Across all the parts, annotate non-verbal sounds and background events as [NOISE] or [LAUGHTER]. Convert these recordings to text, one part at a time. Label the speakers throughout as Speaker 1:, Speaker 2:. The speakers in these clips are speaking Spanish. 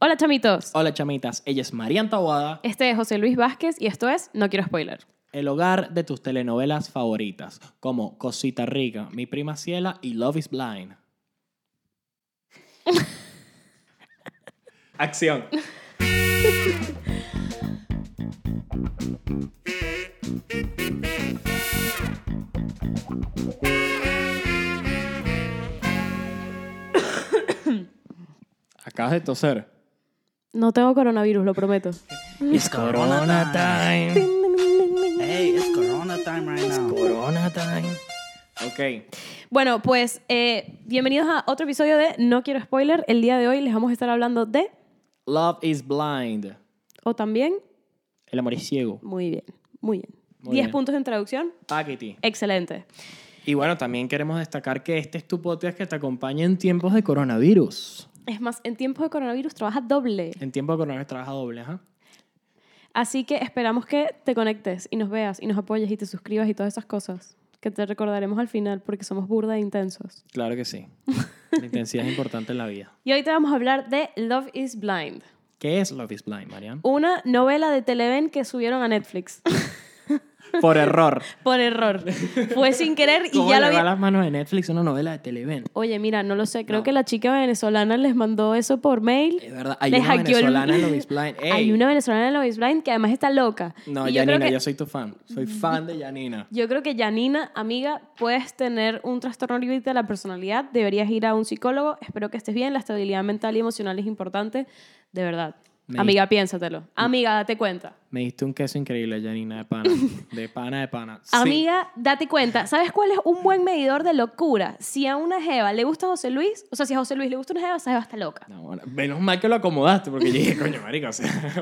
Speaker 1: Hola chamitos.
Speaker 2: Hola chamitas, ella es Marian Taboada,
Speaker 1: Este es José Luis Vázquez y esto es No quiero spoiler.
Speaker 2: el hogar de tus telenovelas favoritas, como Cosita Rica, Mi Prima Ciela y Love is Blind. Acción. Acabas de toser.
Speaker 1: No tengo coronavirus, lo prometo.
Speaker 3: It's Corona
Speaker 2: time.
Speaker 3: Hey, it's Corona time right now.
Speaker 2: Corona time. Ok.
Speaker 1: Bueno, pues eh, bienvenidos a otro episodio de No quiero spoiler. El día de hoy les vamos a estar hablando de,
Speaker 2: Love is blind.
Speaker 1: o también,
Speaker 2: El amor es ciego.
Speaker 1: muy bien, muy bien.
Speaker 2: Muy
Speaker 1: 10
Speaker 2: bien.
Speaker 1: puntos en traducción,
Speaker 2: Paquiti.
Speaker 1: excelente.
Speaker 2: Y bueno, también queremos destacar que este es tu podcast que te acompaña en tiempos de coronavirus.
Speaker 1: Es más, en tiempos de coronavirus trabaja doble.
Speaker 2: En tiempos de coronavirus trabaja doble, ajá.
Speaker 1: Así que esperamos que te conectes y nos veas y nos apoyes y te suscribas y todas esas cosas que te recordaremos al final porque somos burda e intensos.
Speaker 2: Claro que [LAUGHS] sí. La intensidad es importante en la vida.
Speaker 1: Y hoy te vamos a hablar de Love is Blind,
Speaker 2: ¿Qué es Love is Blind, Marian?
Speaker 1: una novela de Televen que subieron a Netflix
Speaker 2: [LAUGHS] Por error.
Speaker 1: por error. Fue sin querer y
Speaker 2: ¿Cómo
Speaker 1: ya
Speaker 2: le
Speaker 1: lo
Speaker 2: va
Speaker 1: vi.
Speaker 2: las manos de Netflix una novela de Televen?
Speaker 1: Oye, mira, no lo sé, creo
Speaker 2: No.
Speaker 1: que la chica venezolana les mandó eso por mail.
Speaker 2: Es verdad, hay
Speaker 1: Les
Speaker 2: una
Speaker 1: hackeó el- [LAUGHS]
Speaker 2: venezolana en Love is Blind. ¡Ey!
Speaker 1: Hay una venezolana en Love is Blind que además está loca.
Speaker 2: No,
Speaker 1: Y yo creo
Speaker 2: Janina,
Speaker 1: que-
Speaker 2: yo soy tu fan. Soy fan de Janina.
Speaker 1: Yo creo que Janina, amiga, puedes tener un trastorno límite de la personalidad, deberías ir a un psicólogo, espero que estés bien, la estabilidad mental y emocional es importante, de verdad.
Speaker 2: Me
Speaker 1: Amiga, piénsatelo. Amiga, date cuenta.
Speaker 2: Me diste un queso increíble, Janina,
Speaker 1: [LAUGHS]
Speaker 2: de pana. De pana, de pana. Sí.
Speaker 1: Amiga, date cuenta. ¿Sabes cuál es un buen medidor de locura? Si a una jeva le gusta José Luis, o sea, si a José Luis le gusta una jeva, esa jeva está loca.
Speaker 2: [LAUGHS] No, bueno, menos mal que lo acomodaste, porque yo dije, coño, marico, o sea,
Speaker 1: [LAUGHS]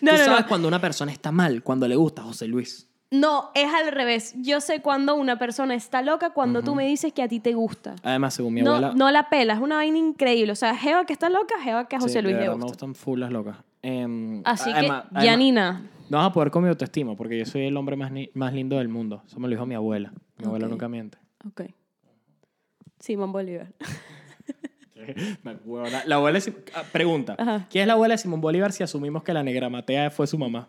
Speaker 1: No, no,
Speaker 2: Tú sabes
Speaker 1: no.
Speaker 2: cuando una persona está mal, cuando le gusta José Luis.
Speaker 1: No, es al revés. Yo sé cuando una persona está loca cuando tú me dices que a ti te gusta.
Speaker 2: Además, según mi
Speaker 1: no,
Speaker 2: abuela...
Speaker 1: no la pelas, es una vaina increíble. O sea, jeva que está loca, jeva que a
Speaker 2: sí,
Speaker 1: José
Speaker 2: de
Speaker 1: Luis le
Speaker 2: verdad,
Speaker 1: gusta.
Speaker 2: me gustan full las locas. Em,
Speaker 1: Así
Speaker 2: además-
Speaker 1: que,
Speaker 2: además,
Speaker 1: Janina,
Speaker 2: No vas a poder con mi autoestima, porque yo soy el hombre más, ni- más lindo del mundo. Eso me lo dijo mi abuela. Mi abuela
Speaker 1: Ok.
Speaker 2: nunca miente. [LAUGHS]
Speaker 1: Ok. Simón Bolívar. [LAUGHS]
Speaker 2: Me huevona. la abuela... de Sim- ah, pregunta.
Speaker 1: Ajá.
Speaker 2: ¿Quién es la abuela de Simón Bolívar si asumimos que la negramatea fue su mamá?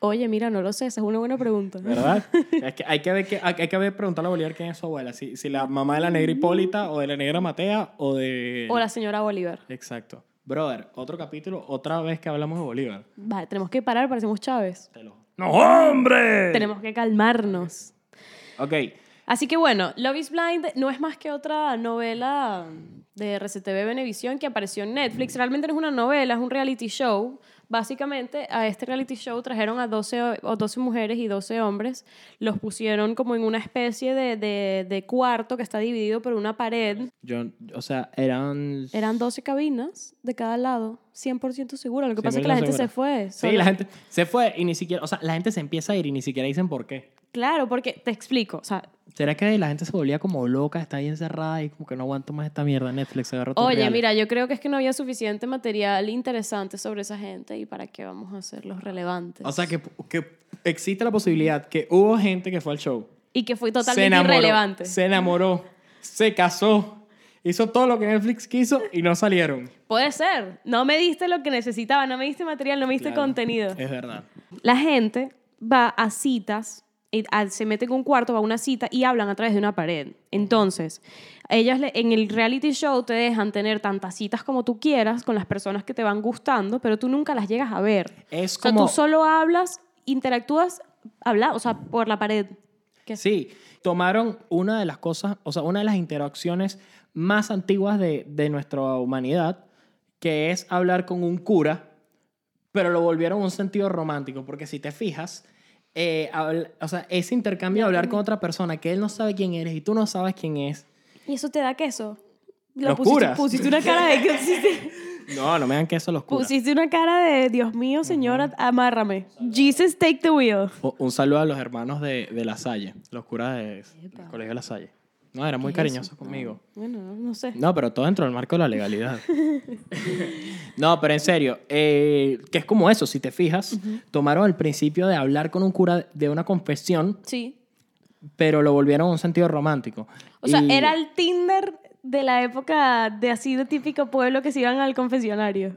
Speaker 1: Oye, mira, no lo sé, esa es una buena pregunta. [LAUGHS]
Speaker 2: ¿Verdad? es que hay que, ver que, hay hay que ver, preguntarle a Bolívar quién es su abuela. Si, si la mamá de la negra Hipólita, o de la negra Matea, o de...
Speaker 1: O la señora Bolívar.
Speaker 2: Exacto. Brother, otro capítulo, otra vez que hablamos de Bolívar.
Speaker 1: Vale, tenemos que parar, parecemos Chávez.
Speaker 2: Te lo- ¡No, hombre!
Speaker 1: Tenemos que calmarnos.
Speaker 2: Ok.
Speaker 1: Así que bueno, Love is Blind no es más que otra novela de RCTV Venevisión que apareció en Netflix. Realmente no es una novela, es un reality show. Básicamente, a este reality show trajeron a 12, o- o 12 mujeres y 12 hombres. Los pusieron como en una especie de, de- de cuarto que está dividido por una pared.
Speaker 2: Yo, o sea, eran...
Speaker 1: Eran 12 cabinas de cada lado, 100% seguro. Lo que pasa es que la
Speaker 2: Siempre
Speaker 1: gente
Speaker 2: segura.
Speaker 1: se fue.
Speaker 2: Sí,
Speaker 1: sola.
Speaker 2: la gente se fue y ni siquiera... O sea, la gente se empieza a ir y ni siquiera dicen por qué.
Speaker 1: Claro, porque te explico. O sea,
Speaker 2: ¿Será que la gente se volvía como loca, está ahí encerrada y como que no aguanto más esta mierda Netflix? Agarro
Speaker 1: oye, mira, yo creo que es que no había suficiente material interesante sobre esa gente y para qué vamos a hacerlos relevantes.
Speaker 2: O sea, que, que existe la posibilidad que hubo gente que fue al show.
Speaker 1: y que fue
Speaker 2: se
Speaker 1: totalmente
Speaker 2: enamoró,
Speaker 1: irrelevante.
Speaker 2: Se enamoró, se casó, hizo todo lo que Netflix quiso y no salieron.
Speaker 1: Puede ser. No me diste lo que necesitaba, no me diste material, no me diste
Speaker 2: Claro, Eh.
Speaker 1: contenido.
Speaker 2: Es verdad.
Speaker 1: La gente va a citas, y a- se mete en un cuarto, va a una cita y hablan a través de una pared. Entonces, ellas le- en el reality show te dejan tener tantas citas como tú quieras con las personas que te van gustando, pero tú nunca las llegas a ver.
Speaker 2: Es
Speaker 1: O sea,
Speaker 2: como-
Speaker 1: tú solo hablas, interactúas, habla, o sea, por la pared. ¿Qué?
Speaker 2: Sí, tomaron una de las cosas, o sea, una de las interacciones más antiguas de, de nuestra humanidad, que es hablar con un cura, pero lo volvieron un sentido romántico, porque si te fijas, eh, habl- o sea, ese intercambio de hablar con otra persona que él no sabe quién eres y tú no sabes quién es.
Speaker 1: ¿Y eso te da queso?
Speaker 2: Los
Speaker 1: pusiste,
Speaker 2: curas.
Speaker 1: pusiste una cara
Speaker 2: [LAUGHS]
Speaker 1: de pusiste,
Speaker 2: No, no me dan que eso los curas.
Speaker 1: pusiste una cara de Dios mío, señora, amárrame. Jesus take the wheel.
Speaker 2: O- Un saludo a los hermanos de, de La Salle, los curas de- del Colegio de La Salle. No, eran muy
Speaker 1: ¿Qué es eso?
Speaker 2: cariñosos conmigo.
Speaker 1: Bueno, no- no sé.
Speaker 2: No, pero todo dentro del marco de la legalidad. no, pero en serio, eh, que es como eso, si te fijas, tomaron el principio de hablar con un cura de una confesión,
Speaker 1: Sí.
Speaker 2: pero lo volvieron un sentido romántico.
Speaker 1: O sea,
Speaker 2: Y-
Speaker 1: era el Tinder de la época de así de típico pueblo que se iban al confesionario.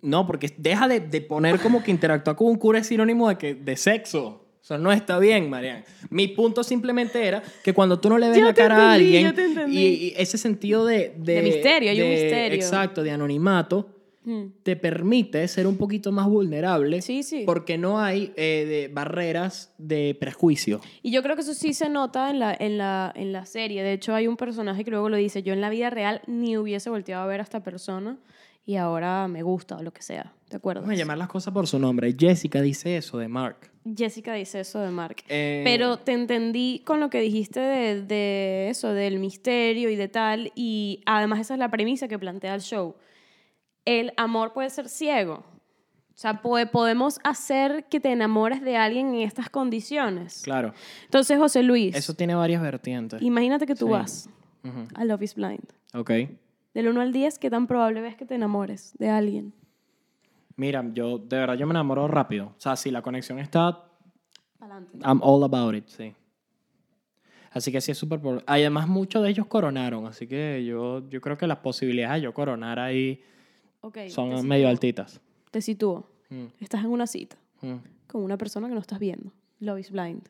Speaker 2: No, porque deja de, de poner como que interactuar con un cura es sinónimo de, que, de sexo. Eso no está bien, Marian. Mi punto simplemente era que cuando tú no le ves
Speaker 1: Yo
Speaker 2: la
Speaker 1: te
Speaker 2: cara a
Speaker 1: entendí,
Speaker 2: alguien
Speaker 1: yo te entendí.
Speaker 2: y, y ese sentido de, de...
Speaker 1: De misterio, hay un misterio.
Speaker 2: Exacto, de anonimato,
Speaker 1: Mm.
Speaker 2: te permite ser un poquito más vulnerable
Speaker 1: Sí, sí.
Speaker 2: porque no hay eh, de barreras de prejuicio.
Speaker 1: Y yo creo que eso sí se nota en la, en, la, en la serie. De hecho, hay un personaje que luego lo dice, yo en la vida real ni hubiese volteado a ver a esta persona y ahora me gusta o lo que sea. ¿Te acuerdas?
Speaker 2: Vamos a llamar las cosas por su nombre. Jessica dice eso de Mark.
Speaker 1: Jessica dice eso de Mark.
Speaker 2: Eh,
Speaker 1: Pero te entendí con lo que dijiste de, de eso, del misterio y de tal, y además esa es la premisa que plantea el show. El amor puede ser ciego. O sea, po- podemos hacer que te enamores de alguien en estas condiciones.
Speaker 2: Claro,
Speaker 1: Entonces, José Luis,
Speaker 2: eso tiene varias vertientes.
Speaker 1: imagínate que tú
Speaker 2: Sí.
Speaker 1: vas
Speaker 2: Ujú.
Speaker 1: a Love is Blind.
Speaker 2: Ok.
Speaker 1: Del 1 al 10, ¿qué tan probable ves que te enamores de alguien?
Speaker 2: Mira, yo de verdad yo me enamoro rápido. O sea, si la conexión está,
Speaker 1: Adelante.
Speaker 2: I'm all about it, sí. Así que sí es súper... prob- Además, muchos de ellos coronaron, así que yo, yo creo que las posibilidades de yo coronar ahí
Speaker 1: Ok,
Speaker 2: son
Speaker 1: te, si-
Speaker 2: medio altitas.
Speaker 1: te sitúo.
Speaker 2: Mm,
Speaker 1: Estás en una cita.
Speaker 2: mm.
Speaker 1: con una persona que no estás viendo. Love is blind.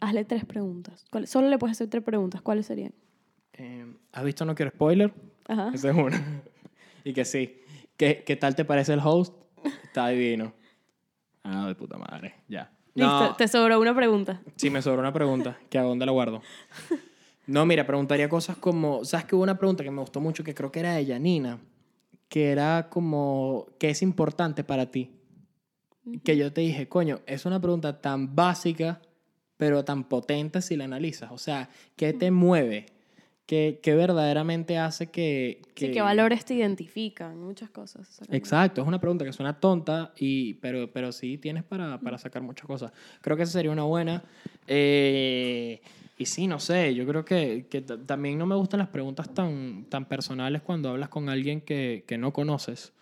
Speaker 1: Hazle tres preguntas. ¿Cuál- Solo le puedes hacer tres preguntas. ¿Cuáles serían?
Speaker 2: Eh, ¿Has visto No Quiero Spoiler?
Speaker 1: Ajá.
Speaker 2: [LAUGHS] Esa es una. y que sí. ¿Qué, ¿Qué tal te parece el host? Está divino. Ah, de puta madre. Ya.
Speaker 1: Listo, te sobró una pregunta.
Speaker 2: Sí, me sobró una pregunta. que a dónde la guardo? No, mira, preguntaría cosas como... ¿Sabes que hubo una pregunta que me gustó mucho que creo que era de Yanina? Que era como... ¿Qué es importante para ti? Que yo te dije, coño, es una pregunta tan básica, pero tan potente si la analizas. O sea, ¿qué te mueve? ¿Qué, qué verdaderamente hace que...
Speaker 1: Sí, ¿Qué valores te identifican? Muchas cosas. sacando.
Speaker 2: Exacto, es una pregunta que suena tonta, y, pero, pero sí tienes para, para sacar muchas cosas. Creo que esa sería una buena. Eh, y sí, no sé, yo creo que, que ta- también no me gustan las preguntas tan, tan personales cuando hablas con alguien que, que no conoces,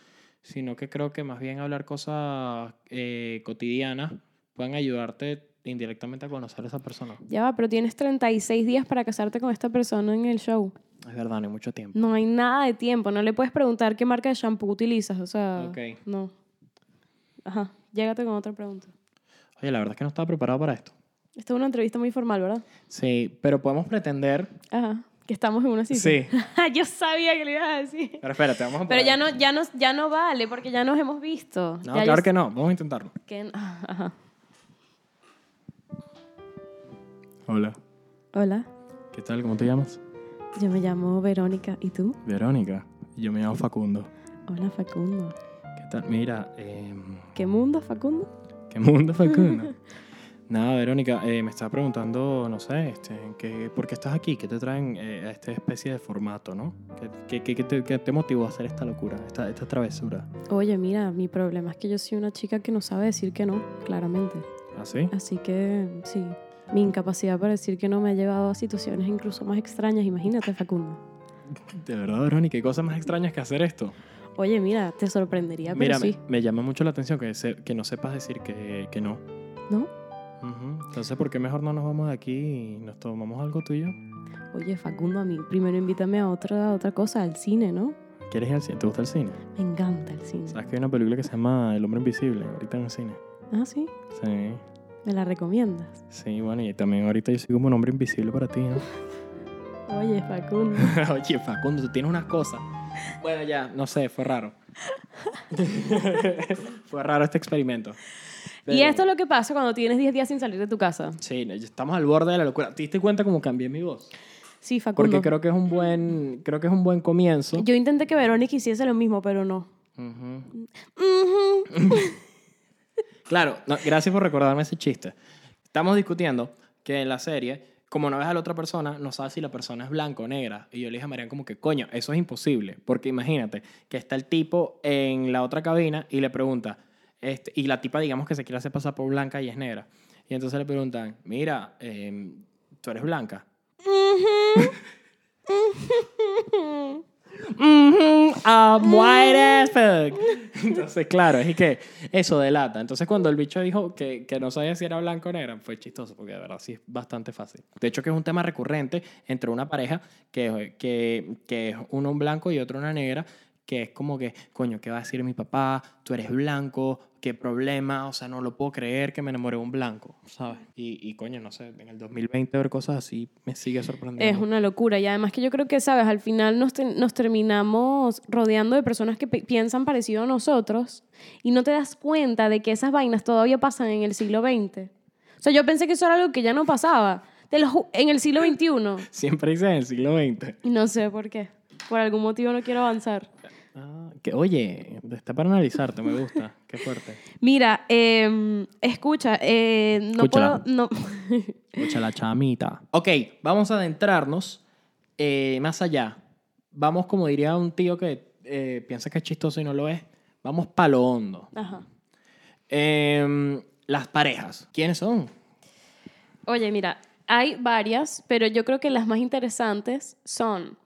Speaker 2: sino que creo que más bien hablar cosas eh, cotidianas pueden ayudarte indirectamente a conocer a esa persona.
Speaker 1: Ya va, pero tienes 36 días para casarte con esta persona en el show.
Speaker 2: Es verdad, no hay mucho tiempo.
Speaker 1: No hay nada de tiempo. No le puedes preguntar qué marca de shampoo utilizas. O sea,
Speaker 2: Ok.
Speaker 1: no. Ajá. Llégate con otra pregunta.
Speaker 2: Oye, la verdad es que no estaba preparado para esto.
Speaker 1: Esta es una entrevista muy formal, ¿verdad?
Speaker 2: Sí, pero podemos pretender...
Speaker 1: Ajá. Que estamos en una cita. [LAUGHS] Ah,
Speaker 2: Sí.
Speaker 1: Yo sabía que le ibas a decir.
Speaker 2: Pero espérate, vamos a
Speaker 1: Pero
Speaker 2: poner-
Speaker 1: ya no, ya, no, ya no vale, porque ya nos hemos visto.
Speaker 2: No,
Speaker 1: Ya
Speaker 2: claro
Speaker 1: yo-
Speaker 2: que no. Vamos a intentarlo.
Speaker 1: que- [LAUGHS] Ajá.
Speaker 2: Hola.
Speaker 1: Hola,
Speaker 2: ¿Qué tal? ¿Cómo te llamas?
Speaker 1: yo me llamo Verónica. ¿Y tú?
Speaker 2: Verónica. Yo me llamo Facundo.
Speaker 1: Hola, Facundo.
Speaker 2: ¿Qué tal? Mira, eh,
Speaker 1: ¿Qué mundo, Facundo?
Speaker 2: ¿qué mundo [LAUGHS] Facundo? Nada, Verónica, eh, me estaba preguntando, no sé, este, ¿qué, ¿por qué estás aquí? ¿Qué te traen eh, a esta especie de formato, no? ¿Qué, qué- qué- qué te, qué te motivó a hacer esta locura, esta, esta travesura?
Speaker 1: Oye, mira, mi problema es que yo soy una chica que no sabe decir que no, claramente.
Speaker 2: ¿Así?
Speaker 1: Así que, sí, mi incapacidad para decir que no me ha llevado a situaciones incluso más extrañas. Imagínate, Facundo.
Speaker 2: [LAUGHS] De verdad, Verónica, ¿qué cosas más extrañas que hacer esto?
Speaker 1: Oye, mira, te sorprendería, pero
Speaker 2: Mira, me-
Speaker 1: sí.
Speaker 2: me, llama mucho la atención que, se- que no sepas decir que, que no.
Speaker 1: ¿No?
Speaker 2: Ujú. Entonces, ¿por qué mejor no nos vamos de aquí y nos tomamos algo tuyo?
Speaker 1: Oye, Facundo, a mí primero invítame a otra, a otra cosa, al cine, ¿no?
Speaker 2: ¿Quieres ir al cine? ¿Te gusta el cine?
Speaker 1: Me encanta el cine.
Speaker 2: ¿Sabes que hay una película que se llama El hombre invisible? Ahorita en el cine.
Speaker 1: Ah, sí,
Speaker 2: Sí.
Speaker 1: me la recomiendas.
Speaker 2: Sí, bueno, y también ahorita yo soy como un hombre invisible para ti, ¿no?
Speaker 1: Oye, Facundo.
Speaker 2: [LAUGHS] Oye, Facundo, tú tienes unas cosas. Bueno, ya, no sé, fue raro. [LAUGHS] fue raro este experimento.
Speaker 1: Y esto es lo que pasa cuando tienes 10 días sin salir de tu casa.
Speaker 2: Sí, no, ya estamos al borde de la locura. ¿Te diste cuenta cómo cambié mi voz?
Speaker 1: Sí, Facundo.
Speaker 2: Porque creo que es un buen, creo que es un buen comienzo.
Speaker 1: Yo intenté que Verónica hiciese lo mismo, pero no.
Speaker 2: Ujú.
Speaker 1: Ujú.
Speaker 2: Claro, no, gracias por recordarme ese chiste. Estamos discutiendo que en la serie, como no ves a la otra persona, no sabes si la persona es blanca o negra. Y yo le dije a Marian como que, coño, eso es imposible. Porque imagínate que está el tipo en la otra cabina y le pregunta, este, y la tipa digamos que se quiere hacer pasar por blanca y es negra. Y entonces le preguntan, mira, eh, tú eres blanca. "Mhm, ah,
Speaker 1: Mm.
Speaker 2: white as
Speaker 1: [LAUGHS]
Speaker 2: fuck". Entonces, claro, es que eso delata. Entonces, cuando el bicho dijo que, que no sabía si era blanco o negro, fue chistoso, porque de verdad sí es bastante fácil. De hecho, que es un tema recurrente entre una pareja que, que, que es uno un blanco y otro una negra, que es como que, coño, ¿qué va a decir mi papá? Tú eres blanco, qué problema, o sea, no lo puedo creer que me enamoré de un blanco, ¿sabes? Y, y coño, no sé, en el 2020 ver cosas así me sigue sorprendiendo.
Speaker 1: Es una locura. Y además que yo creo que, ¿sabes? Al final nos, te- nos terminamos rodeando de personas que pi- piensan parecido a nosotros y no te das cuenta de que esas vainas todavía pasan en el siglo XX. O sea, yo pensé que eso era algo que ya no pasaba. Te lo ju- en el siglo XXI.
Speaker 2: Siempre dice en el siglo XX.
Speaker 1: Y no sé por qué. Por algún motivo no quiero avanzar.
Speaker 2: Ah, que, oye, está para analizarte, me gusta. Qué fuerte.
Speaker 1: Mira, eh, escucha, eh, no
Speaker 2: Escúchala.
Speaker 1: puedo... No.
Speaker 2: Escucha la chamita. Ok, vamos a adentrarnos eh, más allá. Vamos, como diría un tío que eh, piensa que es chistoso y no lo es, vamos pa' lo hondo.
Speaker 1: Ajá.
Speaker 2: Em, las parejas. ¿Quiénes son?
Speaker 1: Oye, mira, hay varias, pero yo creo que las más interesantes son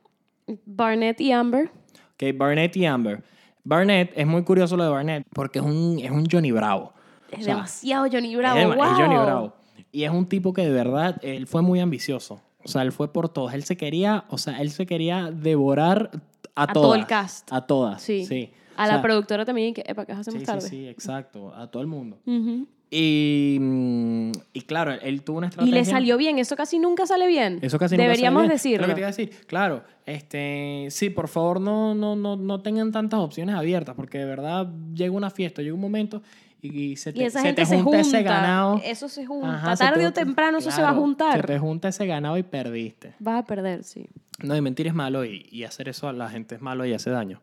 Speaker 1: Barnett y Amber.
Speaker 2: Ok, Barnett y Amber. Barnett, es muy curioso lo de Barnett, porque es un, es un Johnny Bravo.
Speaker 1: Es
Speaker 2: O sea,
Speaker 1: demasiado Johnny Bravo.
Speaker 2: Es, es Johnny
Speaker 1: wow.
Speaker 2: Bravo. Y es un tipo que de verdad, él fue muy ambicioso. O sea, él fue por todos. Él se quería, o sea, él se quería devorar a,
Speaker 1: A
Speaker 2: todas.
Speaker 1: todo el cast.
Speaker 2: A todas. Sí.
Speaker 1: Sí. A
Speaker 2: O
Speaker 1: la
Speaker 2: sea,
Speaker 1: productora también, y que, epa, ¿qué hacemos
Speaker 2: Sí, sí,
Speaker 1: tarde?
Speaker 2: sí, exacto. A todo el mundo.
Speaker 1: Ujú.
Speaker 2: Y, mm, y claro, él tuvo una
Speaker 1: Y
Speaker 2: estrategia.
Speaker 1: le salió bien, eso casi nunca sale bien.
Speaker 2: Eso casi nunca
Speaker 1: Deberíamos
Speaker 2: sale bien.
Speaker 1: decirlo.
Speaker 2: Es Lo que te iba a decir, claro, este, sí, por favor no, no, no, no tengan tantas opciones abiertas, porque de verdad llega una fiesta, llega un momento y, y se te,
Speaker 1: y esa
Speaker 2: se
Speaker 1: gente
Speaker 2: te
Speaker 1: se
Speaker 2: junta
Speaker 1: junta.
Speaker 2: ese ganado.
Speaker 1: Eso se junta.
Speaker 2: Ajá, se
Speaker 1: Tarde
Speaker 2: te-
Speaker 1: o temprano eso se va a
Speaker 2: claro,
Speaker 1: juntar.
Speaker 2: Se te junta ese ganado y perdiste.
Speaker 1: Va a perder, sí.
Speaker 2: No, y mentir es malo y, y hacer eso a la gente es malo y hace daño.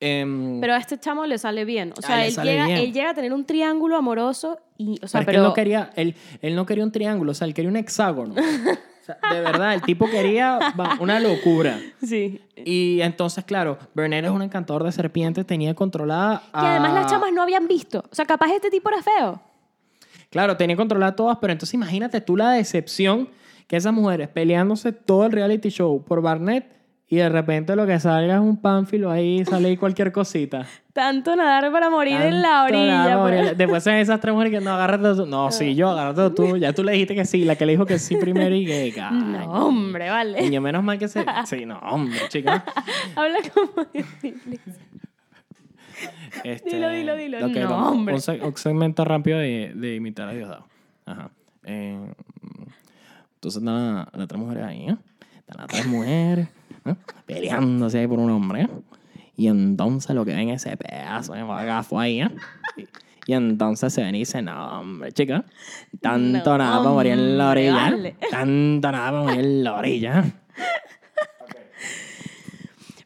Speaker 2: Em,
Speaker 1: Pero a este chamo le sale bien. O sea,
Speaker 2: Ah, le
Speaker 1: él
Speaker 2: sale
Speaker 1: llega,
Speaker 2: bien.
Speaker 1: él llega a tener un triángulo amoroso y, o sea,
Speaker 2: Pero es que
Speaker 1: pero...
Speaker 2: él no quería, él, él no quería un triángulo, o sea, él quería un hexágono. O sea, de verdad, el tipo quería va, una locura.
Speaker 1: Sí.
Speaker 2: Y entonces, claro, Bernard es un encantador de serpientes, tenía controlada a...
Speaker 1: Que además las chamas no habían visto. O sea, capaz este tipo era feo.
Speaker 2: Claro, tenía controlada a todas, pero entonces imagínate tú la decepción que esas mujeres peleándose todo el reality show por Barnett y de repente lo que salga es un pánfilo ahí, sale ahí cualquier cosita.
Speaker 1: Tanto nadar para morir en
Speaker 2: Tanto
Speaker 1: la orilla.
Speaker 2: nada,
Speaker 1: pues.
Speaker 2: Gabriela. Después son esas tres mujeres que no agárrate tú. No, sí, yo agárrate tú. Ya tú le dijiste que sí, la que le dijo que sí primero y que...
Speaker 1: [LAUGHS]
Speaker 2: ay,
Speaker 1: pues. No, hombre, vale.
Speaker 2: Niño, menos mal que se... Sí, no, hombre, chica.
Speaker 1: Habla como [LAUGHS] de Disney.
Speaker 2: Este,
Speaker 1: Dilo, dilo, dilo.
Speaker 2: ok,
Speaker 1: No,
Speaker 2: vamos.
Speaker 1: hombre.
Speaker 2: Un, seg- un segmento rápido de, de imitar a Diosdado. Ajá. Eh, mm, entonces están las las tres mujeres ahí, ¿eh? Están las tres mujeres ¿eh? peleándose ahí por un hombre, ¿eh? Y entonces lo que ven es ese pedazo de bagafo ahí, ¿eh? Y- Y entonces se ven y dicen, no, hombre, chica, tanto
Speaker 1: No,
Speaker 2: nada para morir en la
Speaker 1: hombre,
Speaker 2: orilla, ¿eh?
Speaker 1: vale.
Speaker 2: tanto nada para morir en la orilla. ¿eh?".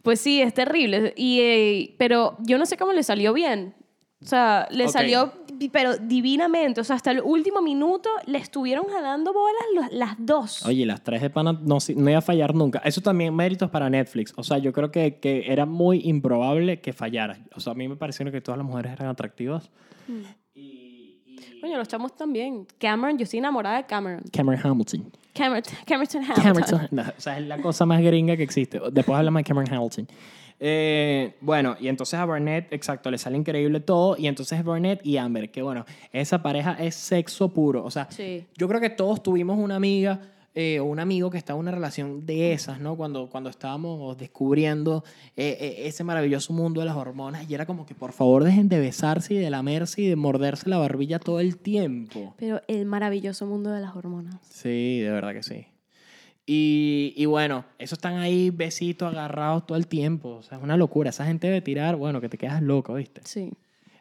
Speaker 1: Pues sí, es terrible. Y, eh, pero yo no sé cómo le salió bien. O sea, le
Speaker 2: Ok.
Speaker 1: salió, pero divinamente. O sea, hasta el último minuto le estuvieron jalando bolas los- las dos.
Speaker 2: Oye, las tres de pana no, si- no iba a fallar nunca. Eso también méritos para Netflix. O sea, yo creo que, que era muy improbable que fallara. O sea, a mí me pareció que todas las mujeres eran atractivas.
Speaker 1: Coño, los chamos también. Cameron, yo estoy enamorada de Cameron.
Speaker 2: Cameron Hamilton.
Speaker 1: Cameron, [LAUGHS] Cameron Hamilton.
Speaker 2: Cameron no, [LAUGHS] o sea, es la cosa más gringa que existe. Después hablamos de Cameron Hamilton. Eh, bueno, y entonces a Barnett, exacto, le sale increíble todo. Y entonces Barnett y Amber, que bueno, esa pareja es sexo puro. O sea,
Speaker 1: Sí.
Speaker 2: yo creo que todos tuvimos una amiga eh, o un amigo que estaba en una relación de esas, ¿no? Cuando, cuando estábamos descubriendo eh, eh, ese maravilloso mundo de las hormonas y era como que por favor dejen de besarse y de lamerse y de morderse la barbilla todo el tiempo.
Speaker 1: Pero el maravilloso mundo de las hormonas.
Speaker 2: Sí, de verdad que sí. Y, y bueno, esos están ahí besitos agarrados todo el tiempo. O sea, es una locura. Esa gente de tirar, bueno, que te quedas loco, ¿viste?
Speaker 1: Sí.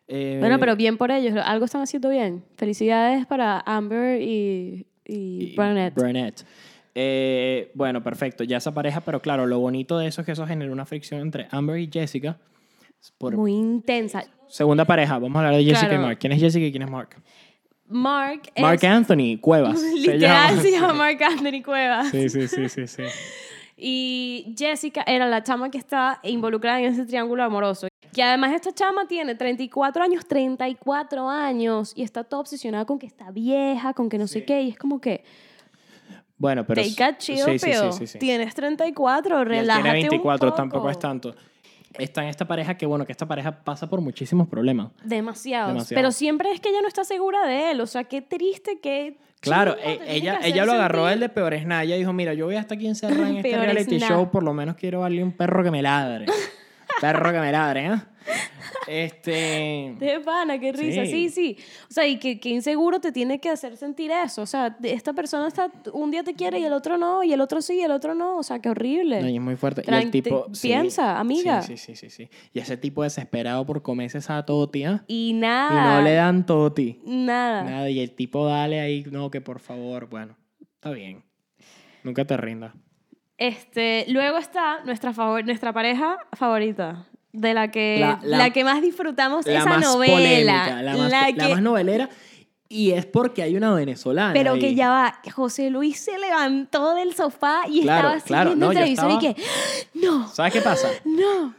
Speaker 2: Eh,
Speaker 1: Bueno, pero bien por ellos. Algo están haciendo bien. Felicidades para Amber y, y,
Speaker 2: y
Speaker 1: Burnett.
Speaker 2: Burnett. Eh, bueno, perfecto. Ya esa pareja, pero claro, lo bonito de eso es que eso generó una fricción entre Amber y Jessica. Por
Speaker 1: Muy intensa.
Speaker 2: segunda pareja, vamos a hablar de Jessica
Speaker 1: Claro.
Speaker 2: y Mark. ¿Quién es Jessica y quién es Mark?
Speaker 1: Mark es...
Speaker 2: Mark Anthony
Speaker 1: [LAUGHS]
Speaker 2: Cuevas. se
Speaker 1: Literal
Speaker 2: llama.
Speaker 1: se
Speaker 2: [LAUGHS]
Speaker 1: llama Mark Anthony Cuevas.
Speaker 2: Sí, sí, sí, sí, sí.
Speaker 1: Y Jessica era la chama que está involucrada en ese triángulo amoroso. Que además esta chama tiene 34 años, 34 años, y está toda obsesionada con que está vieja, con que no sé qué, y es como que...
Speaker 2: Bueno, pero...
Speaker 1: Take a chill,
Speaker 2: sí, sí,
Speaker 1: pio.
Speaker 2: sí, sí, sí.
Speaker 1: Tienes 34,
Speaker 2: Y él
Speaker 1: relájate
Speaker 2: tiene 24,
Speaker 1: un poco.
Speaker 2: tampoco es tanto. Está en esta pareja que, bueno, que esta pareja pasa por muchísimos problemas.
Speaker 1: Demasiados.
Speaker 2: Demasiado.
Speaker 1: Pero siempre es que ella no está segura de él. O sea, qué triste que...
Speaker 2: Claro,
Speaker 1: chingo,
Speaker 2: e-
Speaker 1: te tiene
Speaker 2: ella,
Speaker 1: que
Speaker 2: ella
Speaker 1: hacer
Speaker 2: lo agarró
Speaker 1: sentir.
Speaker 2: el de peores nada. Ella dijo, mira, yo voy hasta aquí encerrada
Speaker 1: [LAUGHS]
Speaker 2: en este
Speaker 1: Peores
Speaker 2: reality
Speaker 1: nada.
Speaker 2: show, por lo menos quiero darle un perro que
Speaker 1: [LAUGHS]
Speaker 2: me ladre. perro que me ladre, ¿eh? Este...
Speaker 1: De pana, qué risa. Sí,
Speaker 2: Sí.
Speaker 1: sí. O sea, y que, que inseguro te tiene que hacer sentir eso. O sea, de- esta persona está, un día te quiere y el otro no, y el otro sí, y el otro no. O sea, qué horrible.
Speaker 2: No, y es muy fuerte. Y el
Speaker 1: Tran-
Speaker 2: tipo...
Speaker 1: te-
Speaker 2: sí.
Speaker 1: piensa, amiga.
Speaker 2: Sí, sí, sí, sí, sí. Y ese tipo desesperado por comerse esa totía.
Speaker 1: Y
Speaker 2: Y no
Speaker 1: nada.
Speaker 2: le dan toti.
Speaker 1: Nada.
Speaker 2: Nada, y el tipo dale ahí, no, que por favor, bueno, está bien. Nunca te rindas.
Speaker 1: Este, luego está nuestra, favor- nuestra pareja favorita. De la que,
Speaker 2: La-
Speaker 1: la,
Speaker 2: la-
Speaker 1: que más disfrutamos
Speaker 2: La
Speaker 1: esa
Speaker 2: más
Speaker 1: novela.
Speaker 2: polémica, la más,
Speaker 1: la
Speaker 2: la
Speaker 1: que-
Speaker 2: más novelera. Y es porque hay una venezolana.
Speaker 1: Pero
Speaker 2: ahí.
Speaker 1: que ya va, José Luis se levantó del sofá y
Speaker 2: Claro,
Speaker 1: estaba así
Speaker 2: claro,
Speaker 1: viendo
Speaker 2: no,
Speaker 1: el
Speaker 2: yo
Speaker 1: televisor y
Speaker 2: estaba-
Speaker 1: que, no,
Speaker 2: ¿Sabes
Speaker 1: [LAUGHS]
Speaker 2: qué pasa?
Speaker 1: no.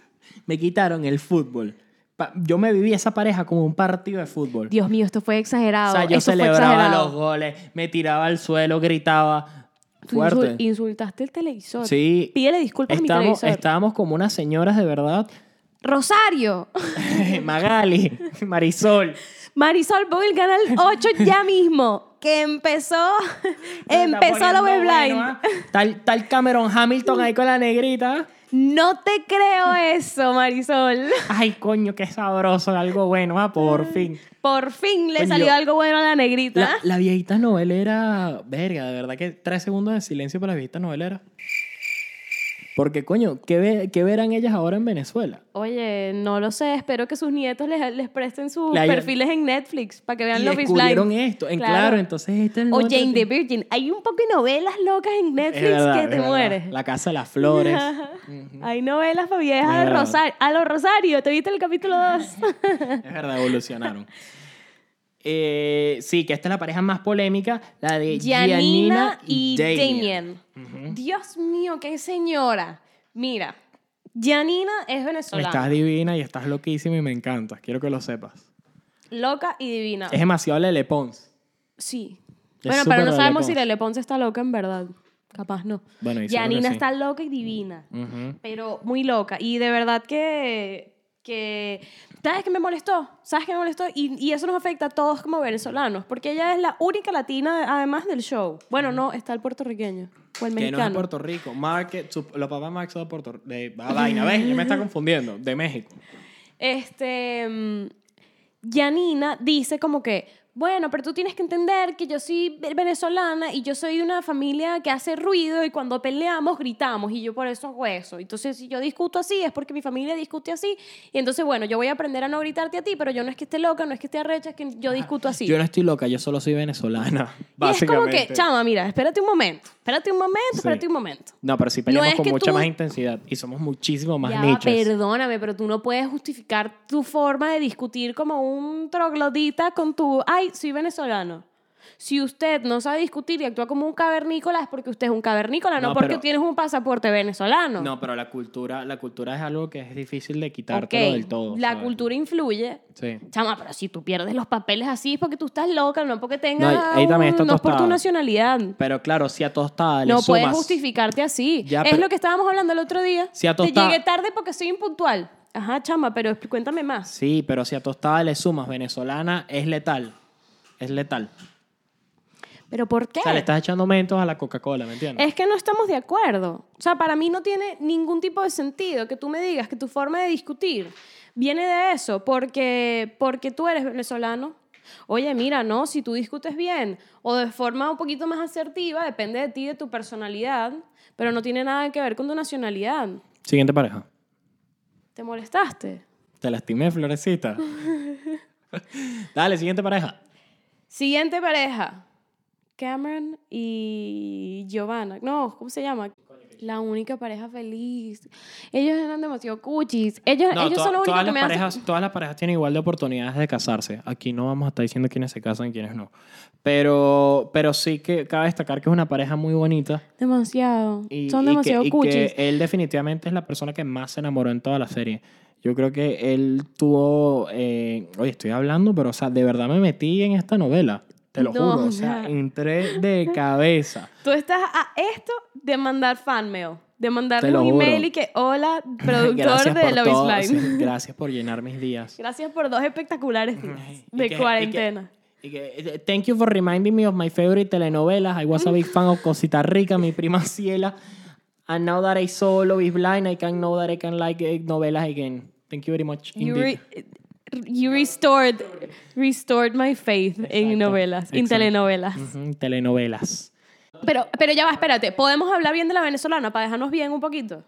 Speaker 2: Me quitaron el fútbol. Pa- Yo me viví esa pareja como un partido de fútbol.
Speaker 1: Dios mío, esto fue
Speaker 2: o
Speaker 1: exagerado.
Speaker 2: sea, yo
Speaker 1: esto fue
Speaker 2: celebraba
Speaker 1: exagerado.
Speaker 2: los goles, me tiraba al suelo, gritaba.
Speaker 1: Tú insul-
Speaker 2: Fuerte.
Speaker 1: insultaste el televisor.
Speaker 2: Sí.
Speaker 1: Pídele disculpas a mi
Speaker 2: Estábamos,
Speaker 1: televisor.
Speaker 2: estábamos como unas señoras de verdad. [LAUGHS]
Speaker 1: Rosario, [LAUGHS]
Speaker 2: Magali, [LAUGHS] Marisol.
Speaker 1: Marisol, pon el canal 8 ya mismo. Que
Speaker 2: [LAUGHS]
Speaker 1: empezó,
Speaker 2: Está
Speaker 1: empezó la
Speaker 2: poniendo
Speaker 1: web blind.
Speaker 2: bueno, ¿ah? Tal, tal Cameron Hamilton ahí con la negrita.
Speaker 1: [LAUGHS] No te creo eso, Marisol.
Speaker 2: Ay, coño, qué sabroso, algo bueno, ah, por fin.
Speaker 1: Por fin le
Speaker 2: Coño.
Speaker 1: salió algo bueno a la negrita.
Speaker 2: La, la viejita novelera, verga, de verdad que tres segundos de silencio para la viejita novelera. Porque, coño, ¿qué, ve- qué verán ellas ahora en Venezuela?
Speaker 1: Oye, no lo sé. Espero que sus nietos les, les presten sus
Speaker 2: Le hayan-
Speaker 1: perfiles en Netflix para que vean
Speaker 2: Y
Speaker 1: los
Speaker 2: descubrieron esto, en claro, entonces este es el
Speaker 1: O
Speaker 2: otro
Speaker 1: Jane the
Speaker 2: tipo.
Speaker 1: Virgin. Hay un poco de novelas locas en
Speaker 2: Es
Speaker 1: Netflix
Speaker 2: verdad,
Speaker 1: que
Speaker 2: es
Speaker 1: te
Speaker 2: verdad.
Speaker 1: mueres.
Speaker 2: La Casa de
Speaker 1: [LAUGHS]
Speaker 2: las Flores.
Speaker 1: Hay novelas para viejas
Speaker 2: Es
Speaker 1: de
Speaker 2: verdad.
Speaker 1: Rosario. A los Rosario, ¿te viste el capítulo
Speaker 2: [LAUGHS]
Speaker 1: 2?
Speaker 2: Es verdad, evolucionaron. Eh, sí, que esta es la pareja más polémica, la de Eh, Giannina
Speaker 1: Janina
Speaker 2: y,
Speaker 1: y
Speaker 2: Damien.
Speaker 1: Damien. Dios mío, qué señora. Mira, Janina es venezolana.
Speaker 2: Estás divina y estás loquísima y me encantas, quiero que lo sepas.
Speaker 1: Loca y divina.
Speaker 2: Es demasiado Lele Pons.
Speaker 1: Sí.
Speaker 2: Es
Speaker 1: bueno,
Speaker 2: súper
Speaker 1: pero no
Speaker 2: Lele
Speaker 1: sabemos si
Speaker 2: Pons.
Speaker 1: Lele Ponce está loca en verdad. Capaz no.
Speaker 2: Bueno, y seguro que
Speaker 1: Janina
Speaker 2: sí.
Speaker 1: está loca y divina.
Speaker 2: Ujú.
Speaker 1: Pero muy loca. Y de verdad que. que ¿Sabes qué me molestó? ¿Sabes qué me molestó? Y, y eso nos afecta a todos como venezolanos. Porque ella es la única latina, además del show. Bueno, no, está el puertorriqueño. O el
Speaker 2: Que no
Speaker 1: mexicano.
Speaker 2: es de Puerto Rico. Mark, eh, su- los papás Mark son de Puerto Rico. De ah, vaina, ¿ves? Ya
Speaker 1: [LAUGHS]
Speaker 2: me está confundiendo. De México.
Speaker 1: Este. mm, Yanina dice como que. Bueno, pero tú tienes que entender que yo soy ve- venezolana y yo soy de una familia que hace ruido y cuando peleamos gritamos y yo por eso hago eso. Entonces, si yo discuto así es porque mi familia discute así y entonces, bueno, yo voy a aprender a no gritarte a ti, pero yo no es que esté loca, no es que esté arrecha, es que yo discuto así.
Speaker 2: Yo no estoy loca, yo solo soy
Speaker 1: y es
Speaker 2: venezolana.
Speaker 1: como
Speaker 2: [LAUGHS] Básicamente.
Speaker 1: que, chama, mira, espérate un momento, espérate un momento, espérate un momento.
Speaker 2: No, pero si peleamos
Speaker 1: No es
Speaker 2: con
Speaker 1: que
Speaker 2: mucha
Speaker 1: tú-
Speaker 2: más intensidad y somos muchísimo más
Speaker 1: Ya,
Speaker 2: nichos.
Speaker 1: perdóname, pero tú no puedes justificar tu forma de discutir como un troglodita con tu, ay, soy venezolano. Si usted no sabe discutir y actúa como un cavernícola es porque usted es un cavernícola, no,
Speaker 2: No,
Speaker 1: porque
Speaker 2: pero-
Speaker 1: tienes un pasaporte venezolano.
Speaker 2: No, pero la cultura, la cultura es algo que es difícil de
Speaker 1: Ok,
Speaker 2: quitártelo del todo.
Speaker 1: la
Speaker 2: ¿sabes?
Speaker 1: cultura influye.
Speaker 2: Sí.
Speaker 1: Chama, pero si tú pierdes los papeles así es porque tú estás loca, no porque tengas
Speaker 2: No, ahí también está
Speaker 1: un- no es por tu
Speaker 2: tostada.
Speaker 1: nacionalidad.
Speaker 2: Pero claro, si a tostada le
Speaker 1: No puedes
Speaker 2: sumas...
Speaker 1: justificarte así.
Speaker 2: Ya,
Speaker 1: es
Speaker 2: pero-
Speaker 1: lo que estábamos hablando el otro día.
Speaker 2: Si a
Speaker 1: Te
Speaker 2: tostada-
Speaker 1: llegué tarde porque soy impuntual. Ajá, chama, pero expl- cuéntame más.
Speaker 2: Sí, pero si a tostada le sumas venezolana, es letal. Es letal.
Speaker 1: ¿Pero por qué?
Speaker 2: O sea, le estás echando mentos a la Coca-Cola, ¿me entiendes?
Speaker 1: Es que no estamos de acuerdo. O sea, para mí no tiene ningún tipo de sentido que tú me digas que tu forma de discutir viene de eso, porque, porque tú eres venezolano. Oye, mira, no, si tú discutes bien o de forma un poquito más asertiva, depende de ti, de tu personalidad, pero no tiene nada que ver con tu nacionalidad.
Speaker 2: Siguiente pareja.
Speaker 1: ¿Te molestaste?
Speaker 2: Te lastimé, florecita. [LAUGHS] Dale, siguiente pareja.
Speaker 1: Siguiente pareja. Cameron y Giovanna. No, ¿cómo se llama? La única pareja feliz. Ellos eran demasiado cuchis. Ellos,
Speaker 2: No,
Speaker 1: ellos
Speaker 2: to-
Speaker 1: son los únicos
Speaker 2: todas,
Speaker 1: que
Speaker 2: las
Speaker 1: me hacen-
Speaker 2: parejas, todas las parejas tienen igual de oportunidades de casarse. Aquí no vamos a estar diciendo quiénes se casan y quiénes no. Pero, pero sí que cabe destacar que es una pareja muy bonita.
Speaker 1: Demasiado.
Speaker 2: Y,
Speaker 1: son
Speaker 2: y que-
Speaker 1: demasiado
Speaker 2: y que, eh,
Speaker 1: cuchis.
Speaker 2: él definitivamente es la persona que más se enamoró en toda la serie. Yo creo que él tuvo... eh, oye, estoy hablando, pero o sea, de verdad me metí en esta novela. Te lo
Speaker 1: No,
Speaker 2: juro. O sea,
Speaker 1: ya.
Speaker 2: entré de cabeza.
Speaker 1: Tú estás a esto de mandar fanmail, de
Speaker 2: Te
Speaker 1: mandarle
Speaker 2: lo
Speaker 1: un
Speaker 2: juro.
Speaker 1: email y que hola, productor
Speaker 2: [LAUGHS] Gracias
Speaker 1: de
Speaker 2: por
Speaker 1: Love is
Speaker 2: todo,
Speaker 1: Blind.
Speaker 2: sí, gracias por llenar mis
Speaker 1: [LAUGHS]
Speaker 2: días.
Speaker 1: Gracias por dos espectaculares días
Speaker 2: Y
Speaker 1: de
Speaker 2: que- y que-
Speaker 1: cuarentena.
Speaker 2: Y que, eh, thank you for reminding me of my favorite telenovelas. I was a big fan of Cosita Rica, mi prima Ciela. And now that I saw Love is Blind, I can know that I can like eh, novelas again. Thank you very much.
Speaker 1: You,
Speaker 2: indeed.
Speaker 1: re- you restored, restored my faith en novelas, en
Speaker 2: exacto.
Speaker 1: telenovelas.
Speaker 2: Ujú, telenovelas.
Speaker 1: Pero, pero ya va, espérate. ¿Podemos hablar bien de la venezolana para dejarnos bien un poquito?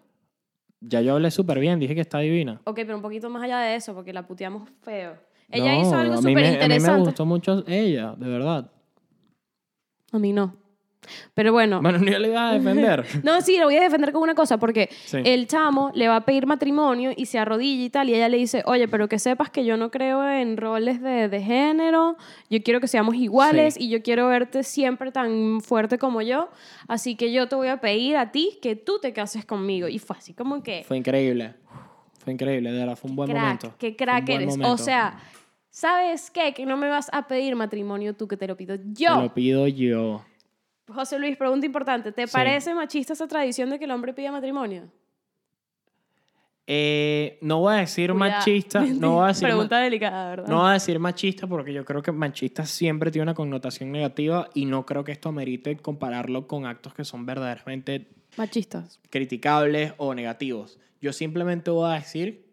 Speaker 2: Ya yo hablé súper bien, dije que está divina.
Speaker 1: Ok, pero un poquito más allá de eso, porque la puteamos feo. Ella
Speaker 2: No,
Speaker 1: hizo algo
Speaker 2: a mí me-
Speaker 1: súper
Speaker 2: A mí me
Speaker 1: interesante.
Speaker 2: gustó mucho ella, de verdad.
Speaker 1: A mí no. Pero bueno.
Speaker 2: Bueno, ni yo le iba
Speaker 1: [LAUGHS]
Speaker 2: a defender.
Speaker 1: No, sí, lo voy a defender con una cosa, porque
Speaker 2: Sí.
Speaker 1: el chamo le va a pedir matrimonio y se arrodilla y tal, y ella le dice, oye, pero que sepas que yo no creo en roles de, de género, yo quiero que seamos iguales
Speaker 2: Sí.
Speaker 1: y yo quiero verte siempre tan fuerte como yo, así que yo te voy a pedir a ti que tú te cases conmigo. Y fue así como que,
Speaker 2: Fue increíble. Fue increíble, de verdad, fue un buen
Speaker 1: crack,
Speaker 2: momento.
Speaker 1: qué
Speaker 2: Fue un
Speaker 1: crack
Speaker 2: buen
Speaker 1: eres. O
Speaker 2: momento.
Speaker 1: sea, ¿sabes qué? Que no me vas a pedir matrimonio tú, que te lo pido yo.
Speaker 2: Te lo pido yo.
Speaker 1: José Luis, pregunta importante, ¿te
Speaker 2: Sí.
Speaker 1: parece machista esa tradición de que el hombre pida matrimonio?
Speaker 2: Eh, no voy a decir
Speaker 1: Cuidado.
Speaker 2: machista,
Speaker 1: [LAUGHS]
Speaker 2: no voy a decir, ma-
Speaker 1: Pregunta delicada, ¿verdad?
Speaker 2: no voy a decir machista porque yo creo que machista siempre tiene una connotación negativa y no creo que esto amerite compararlo con actos que son verdaderamente
Speaker 1: Machistas.
Speaker 2: criticables o negativos. Yo simplemente voy a decir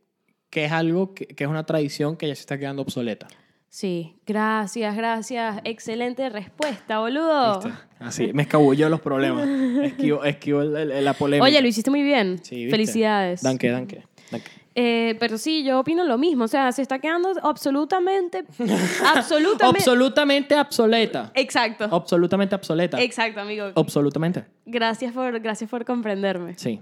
Speaker 2: que es algo que, que es una tradición que ya se está quedando obsoleta.
Speaker 1: Sí, gracias, gracias. Excelente respuesta, boludo.
Speaker 2: ¿Viste? Este, Así, me escabulló los problemas, esquivo, esquivo el- el- la polémica.
Speaker 1: Oye, lo hiciste muy bien.
Speaker 2: Sí, ¿viste?
Speaker 1: Felicidades.
Speaker 2: Danke, danke, danke.
Speaker 1: Eh, pero sí, yo opino lo mismo. O sea, se está quedando absolutamente. [LAUGHS] absolutamente.
Speaker 2: Absolutamente obsoleta.
Speaker 1: Exacto.
Speaker 2: Absolutamente obsoleta.
Speaker 1: Exacto, amigo.
Speaker 2: Absolutamente.
Speaker 1: Gracias por, gracias por comprenderme.
Speaker 2: Sí.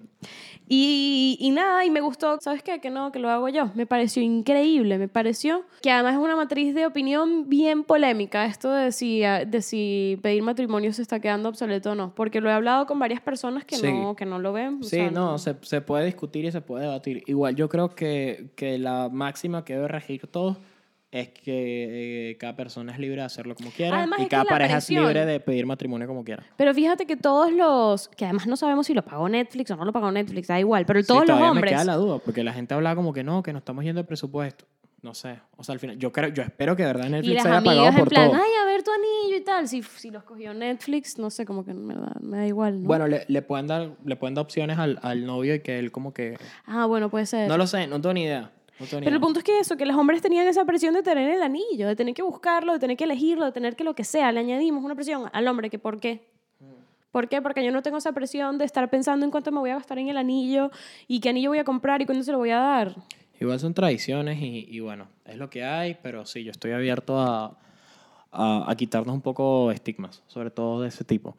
Speaker 1: Y, y nada, y me gustó, ¿sabes qué? Que no, que lo hago yo. Me pareció increíble, me pareció que además es una matriz de opinión bien polémica, esto de si, de si pedir matrimonio se está quedando obsoleto o no, porque lo he hablado con varias personas que,
Speaker 2: Sí.
Speaker 1: no, que no lo ven. o
Speaker 2: Sí,
Speaker 1: sea,
Speaker 2: no, se, se puede discutir y se puede debatir. Igual yo creo que, que la máxima que debe regir todo es que eh, cada persona es libre de hacerlo como quiera
Speaker 1: Además, es
Speaker 2: y
Speaker 1: que
Speaker 2: cada
Speaker 1: la
Speaker 2: pareja es
Speaker 1: presión-
Speaker 2: libre de pedir matrimonio como quiera.
Speaker 1: Pero fíjate que todos los, que además no sabemos si lo pagó Netflix o no lo pagó Netflix, da igual, pero
Speaker 2: Sí,
Speaker 1: todos los
Speaker 2: todavía
Speaker 1: hombres...
Speaker 2: me queda la duda porque la gente habla como que no, que nos estamos yendo de presupuesto. No sé, o sea, al final yo creo yo espero que de verdad
Speaker 1: Y
Speaker 2: Netflix
Speaker 1: las
Speaker 2: haya pagado
Speaker 1: amigas en
Speaker 2: por
Speaker 1: plan,
Speaker 2: todo.
Speaker 1: ay, a ver tu anillo y tal. Si, si los cogió Netflix, no sé, como que me da, me da igual. ¿no?
Speaker 2: Bueno, le, le pueden dar le pueden dar opciones al, al novio y que él como que
Speaker 1: Ah, bueno, puede ser.
Speaker 2: no lo sé, no tengo ni idea. no tengo ni
Speaker 1: Pero el
Speaker 2: idea.
Speaker 1: punto es que eso, que los hombres tenían esa presión de tener el anillo, de tener que buscarlo, de tener que elegirlo, de tener que lo que sea. Le añadimos una presión al hombre, que ¿por qué?
Speaker 2: Mm.
Speaker 1: ¿Por qué? Porque yo no tengo esa presión de estar pensando en cuánto me voy a gastar en el anillo y qué anillo voy a comprar y cuándo se lo voy a dar.
Speaker 2: Igual son tradiciones y, y bueno, es lo que hay, pero sí, yo estoy abierto a, a, a quitarnos un poco estigmas, sobre todo de ese tipo.